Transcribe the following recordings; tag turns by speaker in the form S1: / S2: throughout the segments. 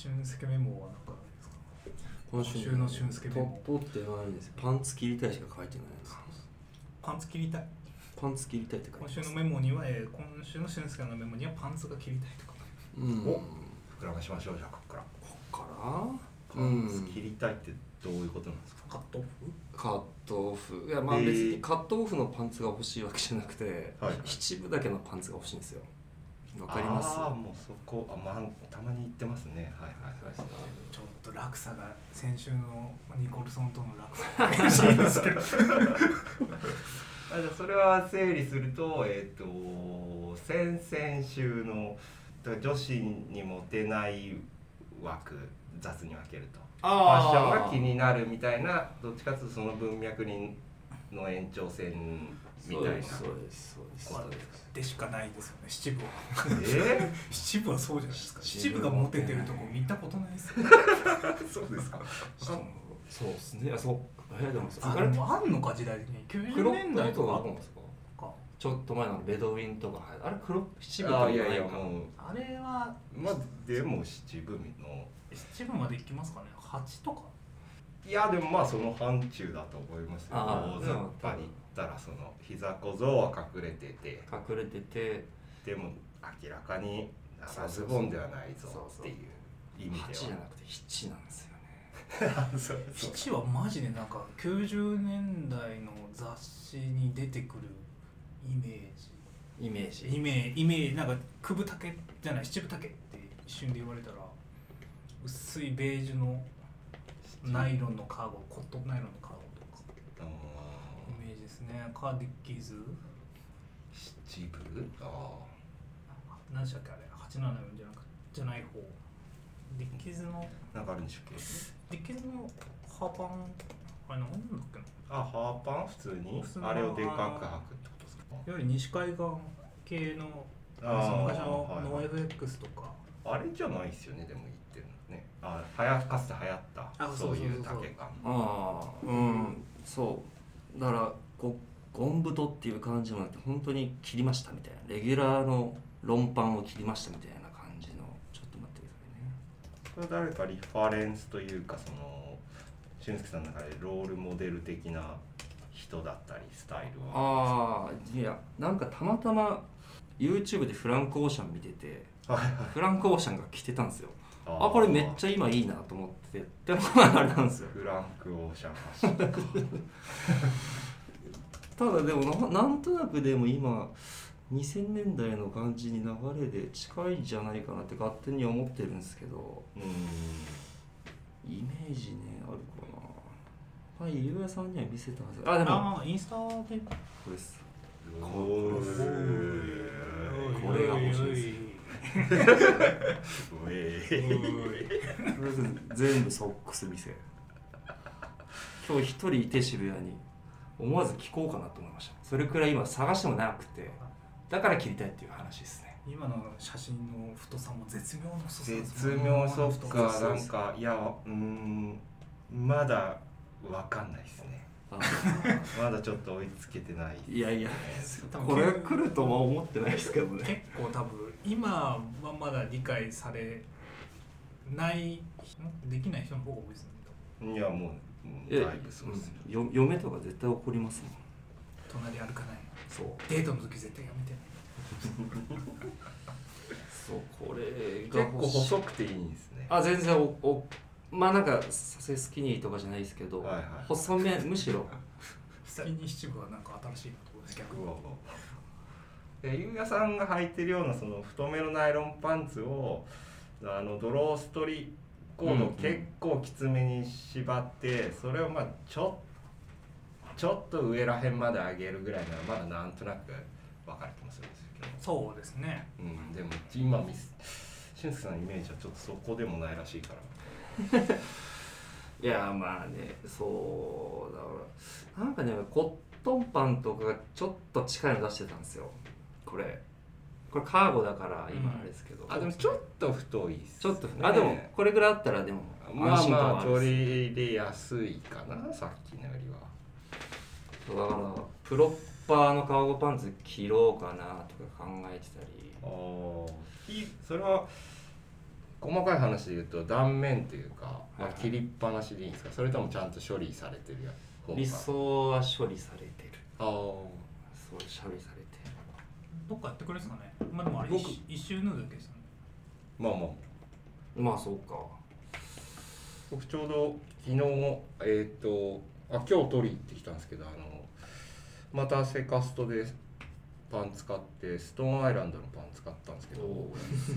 S1: 俊介メモはなんか
S2: 今
S1: 今週の俊介メ
S2: と
S1: モ
S2: 取ってないですパンツ切りたいしか書いてないです
S1: パンツ切りたい
S2: パンツ切りたいって書い
S1: 今週
S2: てま
S1: の
S2: す
S1: メモには、えー今週の俊介のメモにはパンツが切りたいとか
S2: うん
S3: お膨らましましょうじゃあここか
S2: か
S3: ら
S2: ら
S3: パンツ
S2: うん
S3: 切りたいってどういうことなんですか、
S1: カットオフ
S2: カットオフいやまあ
S3: えー
S2: 別にカットオフのパンツが欲しいわけじゃなくて、
S3: はい
S2: 七分だけのパンツが欲しいんですよわかります
S3: ああもうそこあ、まあ、たまに言ってますねはいはいはい
S1: ちょっと落差が先週のニコルソンとの落差が激しいですけど
S3: あじゃあそれは整理するとえっ、と先々週のだから女子にモテない枠雑に分けるとファッションが気になるみたいなどっちかというとその文脈にの延長線みたいな
S2: そうですそうですそうです
S1: でしかないですよね七部は
S3: え
S1: 七部はそうじゃないですか七
S2: 七
S1: 部
S2: 部
S1: が
S2: が
S1: モ
S2: モ
S1: テて
S2: テて
S1: る
S2: る
S1: と
S2: と
S1: こ
S2: こ
S1: 見たことないですよ
S3: ー、そうですか
S2: そうですねあそうえーでも
S1: あ
S2: あ
S1: で
S2: れ
S1: もあんのか時代的に
S2: 黒
S1: 90年
S2: っぽ
S1: 代
S2: いと
S1: と
S2: かあ
S1: か
S2: るんですか
S1: か
S2: ちょっと前のベドウィンとか流行あれ黒七分と
S3: あ
S2: か
S3: ーいや
S2: ないい
S3: や
S2: か
S3: もう
S1: あれは
S3: まあでも七分の
S1: 七部までいきますかね八とか
S3: いやでもまあその範疇だと思いますよ
S2: ああ
S3: 大雑把に言ったらその膝小僧は隠れてて
S2: 隠れてて
S3: でも明らかに長ズボンではないぞっていう意味
S2: 八じゃ
S3: で
S2: なくて七なんですよね
S3: はそうそう
S1: 七はマジでなんか90年代の雑誌に出てくるイメー
S2: イメー
S1: ジイ
S2: ジ
S1: メージイメージなんか九分丈じゃない七分丈って一瞬で言われたら薄いベージュのナイロンのカーゴコットンナイロンのカーゴとか
S3: あ
S1: イメージですねカーディギズ
S3: ー七分あ
S1: 何でしたっけあれ874じゃなくじゃない方ディッキーズの
S3: あなんかあるんでしょうっ
S1: ディッキーズのハーパンあれ何なんだっけな
S3: けあハーパン普通に
S1: 普通の
S3: あれをでかく履くってことですか
S1: いわゆる西海岸系のそ
S3: あー
S1: の昔のノ
S3: はい
S1: ー
S3: はい
S1: FX とか、
S3: あれじゃないですよねでも言ってるのねあはやかつて流行っ
S1: あ
S3: たそういう
S1: そうそうそうそう
S3: 丈感
S2: ああうんそうだからこゴンブトっていう感じもなくて本当に切りましたみたいなレギュラーのロンパンを切りましたみたいな感じのちょっと待ってくださいね
S3: それは誰かリファレンスというかその俊介さんの中でロールモデル的な人だったりスタイルは
S2: ああいやなんかたまたま YouTube でフランク・オーシャン見てて
S3: はいはい
S2: フランク・オーシャンが着てたんですよ
S3: あ
S2: あこれめっちゃ今いいなと思っててでもあれなんですよ
S3: フランク・オーシャンファッションか
S2: ただでもななんとなくでも今2000年代の感じに流れで近いんじゃないかなって勝手に思ってるんですけど
S3: うーん
S2: イメージねあるかなはい井上さんには見せたはずあでも
S1: ああインスタで
S2: これです
S3: おー
S2: これが欲しいです
S3: う
S1: お
S3: え
S1: い
S3: ー
S1: おい
S2: とりあえず全部ソックス見せ今日一人いて渋谷に思わず聞こうかなと思いましたそれくらい今探してもなくてだから切りたいっていう話ですね
S1: 今の写真の太さも絶妙の太さ
S3: 絶妙そっ
S1: 太
S3: か
S1: さ
S3: なんかいやうーんまだわかんないですね
S2: あ
S3: まだちょっと追いつけてない
S2: いやいや
S1: 多分
S2: これ来るとは思ってないですけどね
S1: 結構多分今はまだ理解されないんできない人の方が多いですね
S3: いやもうもう
S2: え
S3: だいぶそうですよ
S2: うんよ嫁とか絶対怒りますもん
S1: 隣歩かない
S2: そう
S1: デートの時絶対やめてね
S2: そうこれ
S3: 結
S2: が
S3: 構
S2: 欲しい
S3: 細くていいんですね
S2: あ全然おおまあなんかさせスキニーとかじゃないですけど、
S3: はいはい
S2: 細めむしろ
S1: 先に七部はなんか新しいなところです逆に
S3: でゆうやさんが履いてるようなその太めのナイロンパンツをあのドローストリコードを結構きつめに縛って、それをまあちょちょっと上らへんまで上げるぐらいならまだなんとなく分かる気もするんですけど、
S1: そうですね
S3: うん、でも今ミス俊介さんのイメージはちょっとそこでもないらしいから
S2: いやまあねそうだからなんかねコットンパンとかがちょっと近いの出してたんですよこれこれカーゴだから今
S1: うん
S2: あれですけど、
S3: あでもちょっと太いっす
S2: ちょっとあでもこれぐらいあったらでも
S3: ま
S2: 安
S3: あ
S2: 心感
S3: ま
S2: は
S3: あ
S2: あるんです
S3: 取り入れやすいかなさっきのよりは。
S2: だからプロッパーのカーゴパンツ着ろうかなとか考えてたり
S3: ああそれは細かい話で言うと断面というか、まあ
S2: はいはい
S3: 切りっぱなしでいいんですかそれともちゃんと処理されてる方が
S2: 理想は処理されてる
S3: あ
S2: そ
S3: ー
S2: う処理されてる
S1: どっかやってくれるんですかねまあでもあれ
S2: 僕
S1: 一一周縫うだけですよね
S3: まあまあ
S2: まあそうか
S3: 僕ちょうど昨日えっ、とあ今日取り行ってきたんですけどあのまたセカストでパン使ってストーンアイランドのパン使ったんですけど
S2: おーいいですね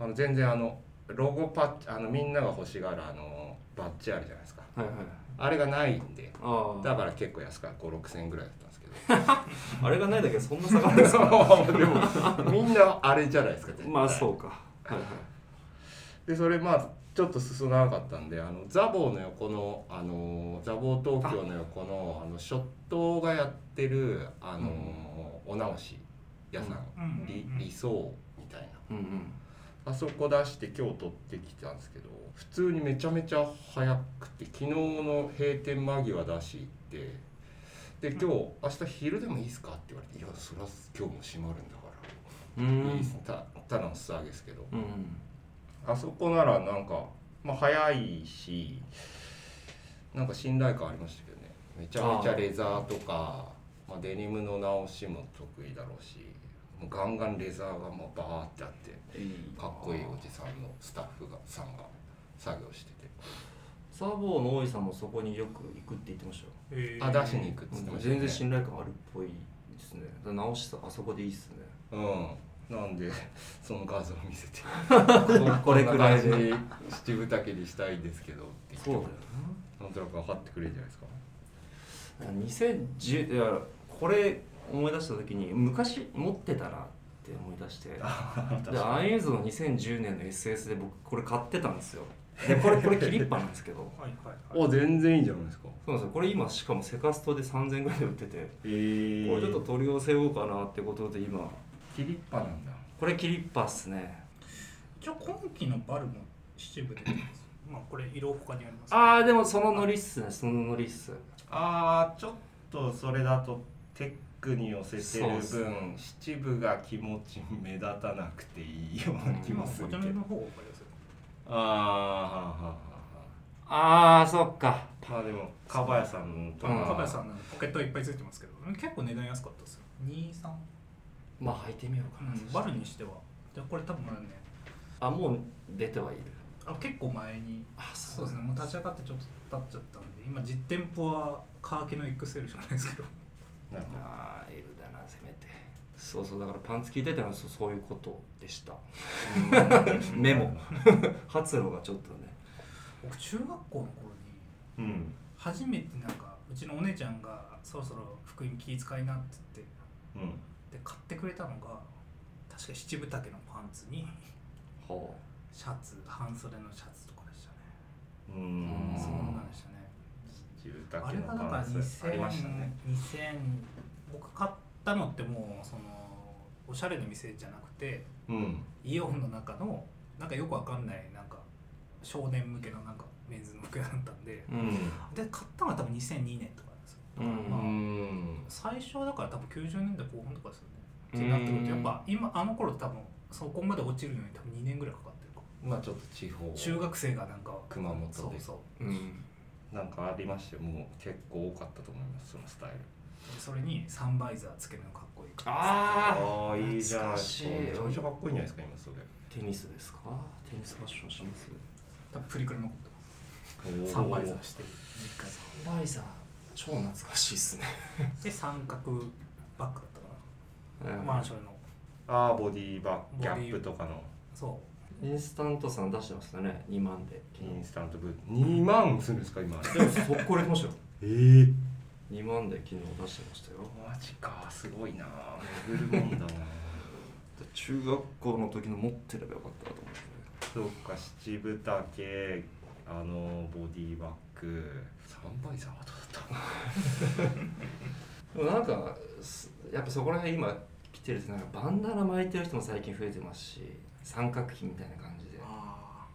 S3: あの全然あのロゴパッチあのみんなが欲しがるあのバッチあるじゃないですか
S2: はいはい
S3: あれがないんで
S2: ああ
S3: だから結構安かった56000円ぐらいだったんですけど
S2: あれがないだけでそんな下がるんですか
S3: でもみんなあれじゃないですか絶 対
S2: まあそうかはいはい
S3: でそれまあちょっと進まなかったんであのザボーの横のあのザボー東京の横のあのショットがやってるあの、お直し屋さん、
S1: うんうん
S3: り
S1: うん
S3: 理想みたい
S2: うんうん
S3: なあそこ出して今日取ってきたんですけど普通にめちゃめちゃ早くて昨日の閉店間際出し行ってで今日明日昼でもいいですかって言われて「いやそりゃ今日も閉まるんだから」
S2: う
S3: いい
S2: ん
S3: っすたただの素揚げですけど
S2: うん
S3: あそこならなんか、まあ、早いしなんか信頼感ありましたけどねめちゃめちゃレザーとかまあ、デニムの直しも得意だろうしもうガンガンレザーがもうバーってあってかっこいいおじさんのスタッフがさんが作業してて
S2: サボーの大井さんもそこによく行くって言ってましたよ
S1: えー
S3: あ出しに行くっつってました
S2: 全
S3: よね
S2: 然信頼感あるっぽいですねだから直しさあそこでいいっすね
S3: うんなんで その画像を見せて
S2: これくらいで
S3: こんな感じ七分丈にしたいんですけどって言って
S2: そうだよ
S3: なんとなく分かってくれるじゃないですか
S2: な2010いやこれ思い出した時に昔持ってたなって思い出してでアンエイズの2010年の SS で僕これ買ってたんですよでこれこれ切りっぱなんですけど
S1: はいはいはい
S3: あ全然いいんじゃないですか
S2: そうなんですよこれ今しかもセカストで3000円ぐらいで売ってて
S3: え
S2: これちょっと取り寄せようかなってことで今
S3: 切りっぱなんだ
S2: これ切りっぱっすね
S1: 一応今期のバルも七部で出てますまあこれ色他にあります
S2: ああでもそのノリっすねそのノリっす
S3: あーちょっとそれだとテックに寄せてる
S2: そうっす
S3: 分七部が気持ち目立たなくていいような気
S1: 今
S3: も
S1: こ
S3: する
S1: ち
S3: け
S1: ら
S3: ど
S1: の方が分かりやすい
S3: あーはあはあは
S2: ああそっか
S3: あはあまあでもかばやさんと
S2: うん
S1: カ
S3: か
S1: バヤさんのポケットいっぱいついてますけど結構値段安かったですよ23、
S2: まあ履いてみようかな、
S1: うん、バルにしてはじゃあこれ多分あれね
S2: あもう出てはいる
S1: あ結構前に
S2: あそ
S1: そうですねもう立ち上がってちょっと経っちゃったんで今実店舗はカーキの XL しかないですけど
S3: なんか
S2: ああ L だなせめてそうそうだからパンツ聞いてたのはそうそういうことでしたメモ発露がちょっとね
S1: 僕中学校の頃に
S3: うん
S1: 初めてなんかうちのお姉ちゃんがそろそろ服に気遣いなって言っ
S3: うん
S1: てで買ってくれたのが確か七分丈のパンツに
S2: ほ
S1: シャツ半袖のシャツとかでしたね
S3: う
S2: うん
S3: ん
S1: そんなんでしたね
S3: 住
S1: あ
S3: 宅
S1: れ
S3: の
S1: がだから
S3: パンツ
S1: 2000
S3: ありましたね
S1: 2000僕買ったのってもうそのおしゃれな店じゃなくて
S3: うん
S1: イオンの中のなんかよくわかんないなんか少年向けのなんかメンズ向けだったんで
S2: うう
S3: うんん
S1: で買ったのが多分2002年とかなんですよ
S2: うん
S1: まあ
S3: うん
S1: 最初はだから多分90年代後半とかですよね
S2: う
S1: っ
S2: ん
S1: てなってくるとやっぱ今あの頃多分そこまで落ちるのに多分2年ぐらいかかってるか
S3: まあちょっと地方
S1: 中学生がなんか
S3: 熊本で
S1: そうそう
S2: うん
S3: なんかありましたよもう結構多かったと思いますそのスタイル
S1: でそれにサンバイザーつけるのかっこいいから
S2: ああ
S3: ああいいじゃな
S2: 懐
S3: いで
S2: か
S3: す
S2: しい
S3: かめちゃめちゃかっこいいんじゃないですか今それ
S2: テニスですかテニスファッションします
S1: 多分プリクラ残ってますサンバイザーしてる実家に
S2: バイザー超懐かしいっすね、
S1: で三角バッグだったかな、マンションの
S3: ああボディーバッグキャ
S1: ボディ
S3: ップとかの
S1: そ
S2: インスタントさん出してましたね2万で
S3: インスタントブーツ2万するんですか今
S2: でも速攻入れてましたよ
S3: ええー、
S2: 2万で昨日出してましたよ
S3: マジかすごいな巡るもん だな
S2: 中学校の時の持ってればよかったなと思って
S3: そうか七分丈あのボディーバッグ3倍差はどうだっ
S2: でもなんかすやっぱそこら辺今来てる人なんかバンダナ巻いてる人も最近増えてますし三角比みたいな感じで
S1: うあ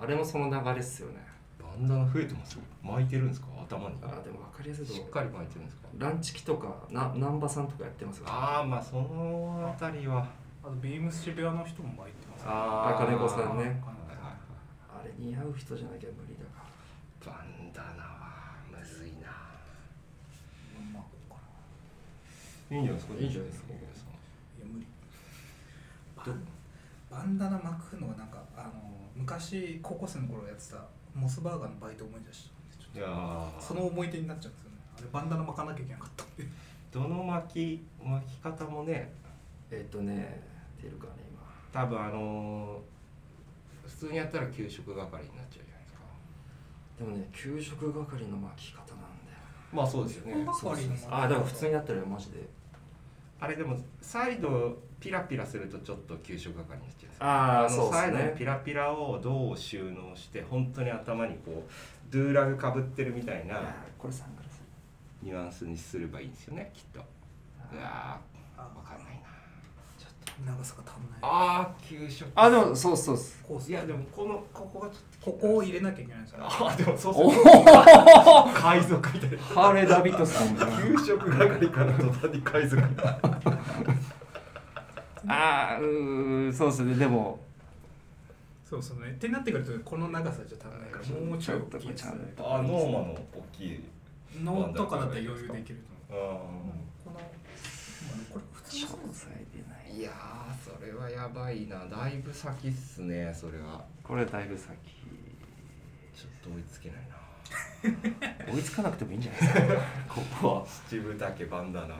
S2: あれもその流れっすよね
S3: たバンダナ増えてますよ巻いてるんですか頭に
S2: あーでも分かりやすいと
S3: しっかり巻いてるんですか
S2: ランチキとかな難波さんとかやってますよ
S3: ああまあその辺りは
S1: あとビームス渋谷の人も巻いてます
S3: あ
S2: 赤猫さんね
S3: はいはい
S2: あれ似合う人じゃなきゃ無理だか
S3: バンダナはむずいな
S1: まあここかない
S3: いんじゃないですか
S2: いいんじゃないですか
S1: いや無理バンバンダナ巻くのがなんかあの昔高校生の頃やってたモスバーガーのバイト思い出したんでちょっ
S3: いや
S1: と
S3: ー
S1: その思い出になっちゃうんですよねあれバンダナ巻かなきゃいけなかったんで
S3: どの巻き巻き方もね
S2: らえっ、とね出るかね今
S3: 多分あのー普通にやったら給食係になっちゃうじゃないですか
S2: でもね給食係の巻き方なんだよ
S3: まあそうですよね
S1: バカリの巻き方
S2: ああだから普通になってるよマジで
S3: あれでもサイドピラピラするとちょっと給食係になっちゃうんです
S2: あ
S3: よのサイドのピラピラをどう収納して本当に頭にこうドゥーラグかぶってるみたいな
S2: これサングラス
S3: ニュアンスにすればいいんですよねきっとうわ
S1: あ
S3: ーわかんないな
S1: 長さが足んない
S3: あー給食
S2: あでもそうそうです
S1: コース
S3: いやでもこのここがちょっと
S1: ここを入れなきゃいけないんですよね
S3: あでもそう
S2: お
S3: 海賊みたいな
S2: ハーレー・ダビッドさんだな
S3: 給食係から途端に海賊
S2: ああうーそうですねでも
S1: そうそうねってなってくるとこの長さじゃ足んないからもうちょい大きいやつ
S2: ちょっとこれち
S3: あノーマの大きい
S1: ノーとかだったら余裕できると思うこ
S3: う
S1: の、まあね、これ普通
S2: 詳
S1: の
S2: 細
S1: サイズ
S2: 出ない
S3: んいやーそれはやばいなだいぶ先っすねそれは
S2: これだいぶ先
S3: ちょっと追いつけないな
S2: 追いつかなくてもいいんじゃないですかここは
S3: 七分丈バンダナ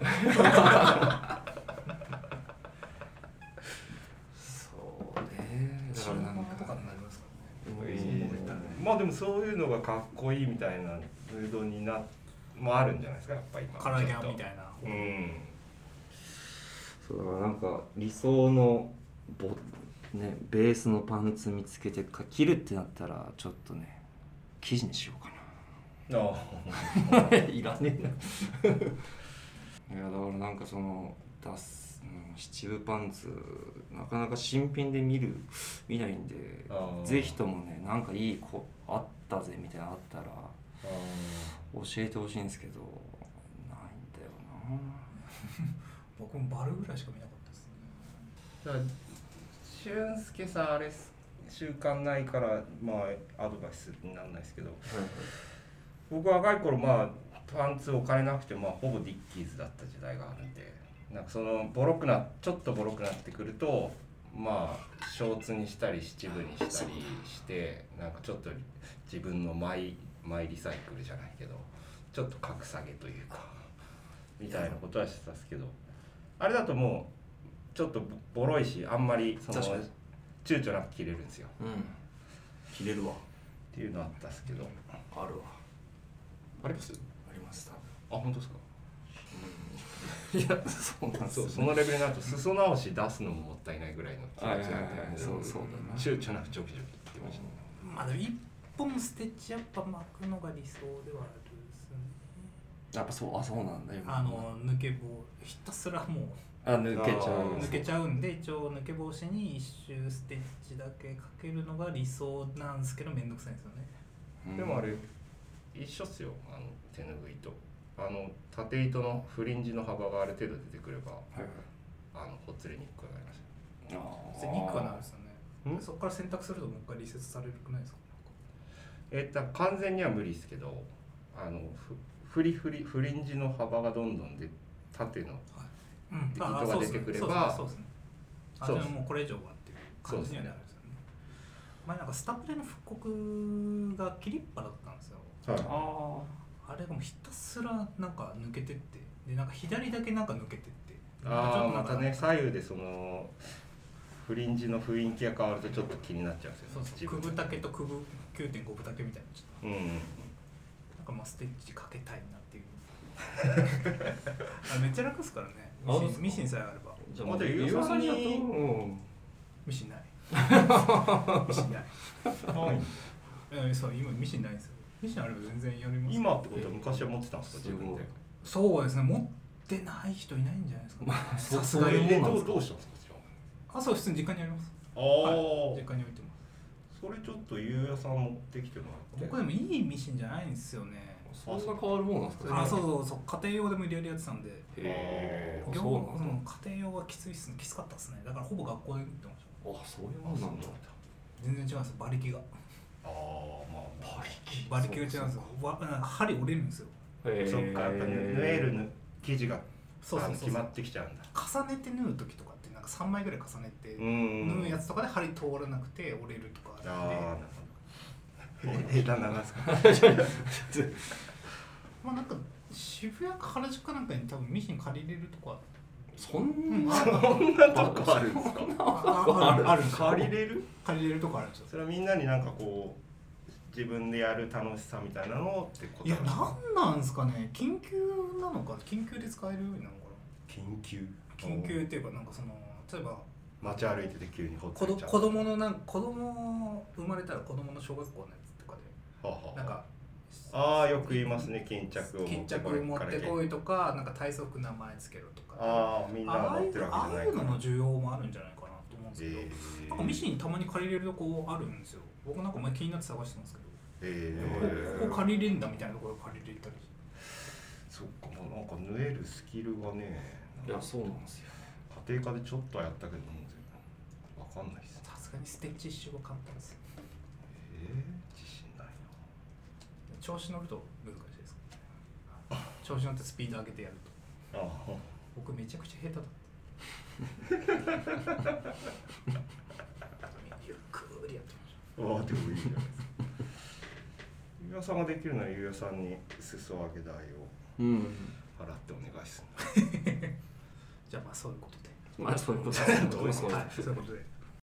S2: そうねだ
S1: そ
S2: か
S1: う
S2: ら
S1: な
S2: なん
S1: ん
S2: か
S1: とかになりますからね
S2: うん
S3: まあでもそういうのがかっこいいみたいなムードになもあるんじゃないですかやっぱ今
S1: カラギャンみた
S3: い
S1: いな
S3: うん
S2: そうだからなんか理想のボねベースのパンツ見つけてか切るってなったらちょっとね生地にしようかな
S3: あ
S2: いらねえないやだからなんかその出す、うん、七分パンツなかなか新品で見る見ないんで
S3: あ
S2: ぜひともねなんかいい子あったぜみたいなのあったら
S3: あー
S2: 教えてほしいんですけどないんだよな
S1: 僕もバルぐらいしか見なかったですね
S3: だから俊介さんあれっす習慣ないからまあアドバイスにならないですけど僕若い頃まあパンツお金なくてまあほぼディッキーズだった時代があるんでなんかそのボロくなちょっとボロくなってくるとまあショーツにしたり七分にしたりしてなんかちょっと自分のマイマイリサイクルじゃないけどちょっと格下げというかみたいなことはしてたんですけどあれだともうちょっとボロいしあんまりその
S2: 確かに
S3: 躊躇なく着れるんですよ
S2: うん切れるわ
S3: っていうのあったんですけど
S2: あるわ
S3: あります
S2: あります
S3: あ本当ですか
S2: 多分いやそうなんです
S3: そ
S2: よ
S3: う
S2: ね
S3: そのレベルになると裾直し出すのももったいないぐらいの気持ちなん
S2: はいはいはい
S3: で
S2: そうそうだな
S3: 躊躇なくちょきちょき言ってましたね
S1: まあでも一本ステッチやっぱ巻くのが理想ではあるですね
S2: やっぱそうあそうなんだよ
S1: あの抜け棒ひたすらもう
S2: あ抜けちゃ
S3: あ
S2: う
S3: ー
S1: 抜けちゃうんで一応抜け防止に一周ステッチだけかけるのが理想なんですけどめんどくさいんですよね
S2: うん
S3: でもあれ一緒っすよあの手ぬぐいとあの縦糸のフリンジの幅がある程度出てくれば
S2: はいはい
S3: あのほつれにくくなりました
S1: 別に肉はなるんですよね
S3: ん
S1: そこから選択するともう一回リセットされるくないですか
S3: えっと完全には無理ですけどあのふフリフリフリンジの幅がどんどんで縦の
S1: うん
S3: で
S1: ああ
S3: 糸が
S1: そう
S3: 出
S1: です
S3: て
S1: ね
S3: くれば
S1: そうですね
S3: そ
S1: そうう
S3: で
S1: ですすねあじゃあもうこれ以上はっていう感じにはなるんですよね前なんかスタプレの復刻が切りっぱだったんですよ
S3: は
S2: あ
S1: あれがもうひたすらなんか抜けてってでなんか左だけなんか抜けてって
S3: ああ
S1: な
S3: ま
S1: んかちょっと
S3: た
S1: なん
S3: ね
S1: か
S3: 左右でそのフリンジの雰囲気が変わるとちょっと気になっちゃうんですよ
S1: そうそう
S3: 自
S1: く
S3: 分
S1: ぶたけとくぶ9.5分丈みたいなちょっ
S3: うん
S1: となんかまあステッチかけたいなっていうあれめっちゃ楽ですからねミ
S2: あそうで
S1: シ
S2: すか
S1: ンミシンさえあれば
S2: じゃあ
S3: ま
S2: ま
S3: た
S2: た
S3: ユー
S2: ユ
S3: ザ
S2: ー
S3: ー
S2: ザー
S3: に
S2: に
S3: や
S2: やっ
S3: っ
S2: たた
S3: 方
S1: ミシンないミシンないうんそう今ミシンないんですよミシンあれば全然やりますよ
S3: 今ってことは昔は持ってたんですか自分で
S1: そうですね持ってない人いないんじゃないですか
S2: そう
S1: さすが
S2: そういう
S1: に
S2: もん
S3: え
S2: な
S3: ど
S2: んで
S3: う
S2: すか
S3: どうしたんですかじゃ
S1: あそう普通に実家にあります
S3: ああ
S1: 実
S3: ー、
S1: 家に置いてます
S3: それちょっとゆうやさん持ってきてもらって
S1: 僕でもいいミシンじゃないんですよね
S2: そんな変わるもんなんですか
S1: あそうそうそう家庭用でもいろいろやってたんで
S2: へえ
S1: 業
S2: そうなん
S1: う
S2: だ
S1: ん家庭用はきついっすねきつかったっすねだからほぼ学校で行ってました
S2: あそういうもんなんだ
S1: 全然違うんです馬力が
S3: ああまあまあ
S1: 馬力が違うんですよわなんか針折れるんですよ
S2: へー
S3: そっかやっぱね縫えるぬ生地が
S1: そうそう
S3: あの
S1: そう
S3: 決
S1: そ
S3: ま
S1: う
S3: ってきちゃうんだ
S1: 重ねて縫う時とかってなんか3枚ぐらい重ねて
S3: ん
S1: 縫うやつとかで針通らなくて折れるとか
S3: あ
S1: あ
S3: あ
S1: る
S3: なる
S1: んで
S3: ほ どえ枝長すか
S1: まあなんか渋谷か原宿かなんかに多分ミシン借りれるとか
S2: そんな
S1: あ
S3: そんなと こあるんですか
S1: ああるあるんですよ
S3: 借りれる
S1: 借りれるとこあるんですよ
S3: それはみんなになんかこう自分でやる楽しさみたいなのってこと
S1: いやなんなんですかね緊急なのか緊急で使えるようになるのか
S3: 緊急
S1: な緊急っていうかなんかその例えば
S3: 街歩いてて急にほっ
S1: 子
S3: とい
S1: ど
S3: ちゃう
S1: 子供のなん子供生まれたら子供の小学校のやつとか
S3: はあは
S1: でな
S3: あ
S1: んか
S3: ああよく言いますね巾着を持
S1: 巾
S3: って
S1: 着
S3: こ
S1: を
S3: い
S1: 持ってこ
S3: い
S1: いとかなんか体側名前つけろとか
S3: ああみんな
S1: ああい
S3: 持っ
S1: う
S3: てるわ
S1: あ
S3: けじゃ
S1: あ
S3: ないいうか
S1: の
S3: ら
S1: の需要もあるんじゃないかなと思うんですけど、
S3: えー
S1: なんかミシンたまに借りれるとこあるんですよ僕なんか前気になって探してますけど
S3: え
S1: こ
S3: ー
S1: こ借りれんだみたいなところ借りれたりして
S3: そっかもうなんか縫えるスキルがね
S2: いやそうなんですよ
S3: 家庭科でちょっとはやったけどもう全部わかんないっすね
S1: さすがにステッチ一周は簡単です
S3: えー、自信ない
S1: 調子乗ると難しいです調子乗ってスピード上げてやると
S3: なああ
S1: 僕めちゃくちゃ下手だった ゆっくりやってまし
S3: わあでもいいじゃないですかゆうやさんができるならゆうやさんに裾上げ代を
S2: うん
S3: 払ってお願いする
S1: たじゃあまあそういうことで
S2: まあそういうことです
S3: どういうこ と
S1: はいそういうことで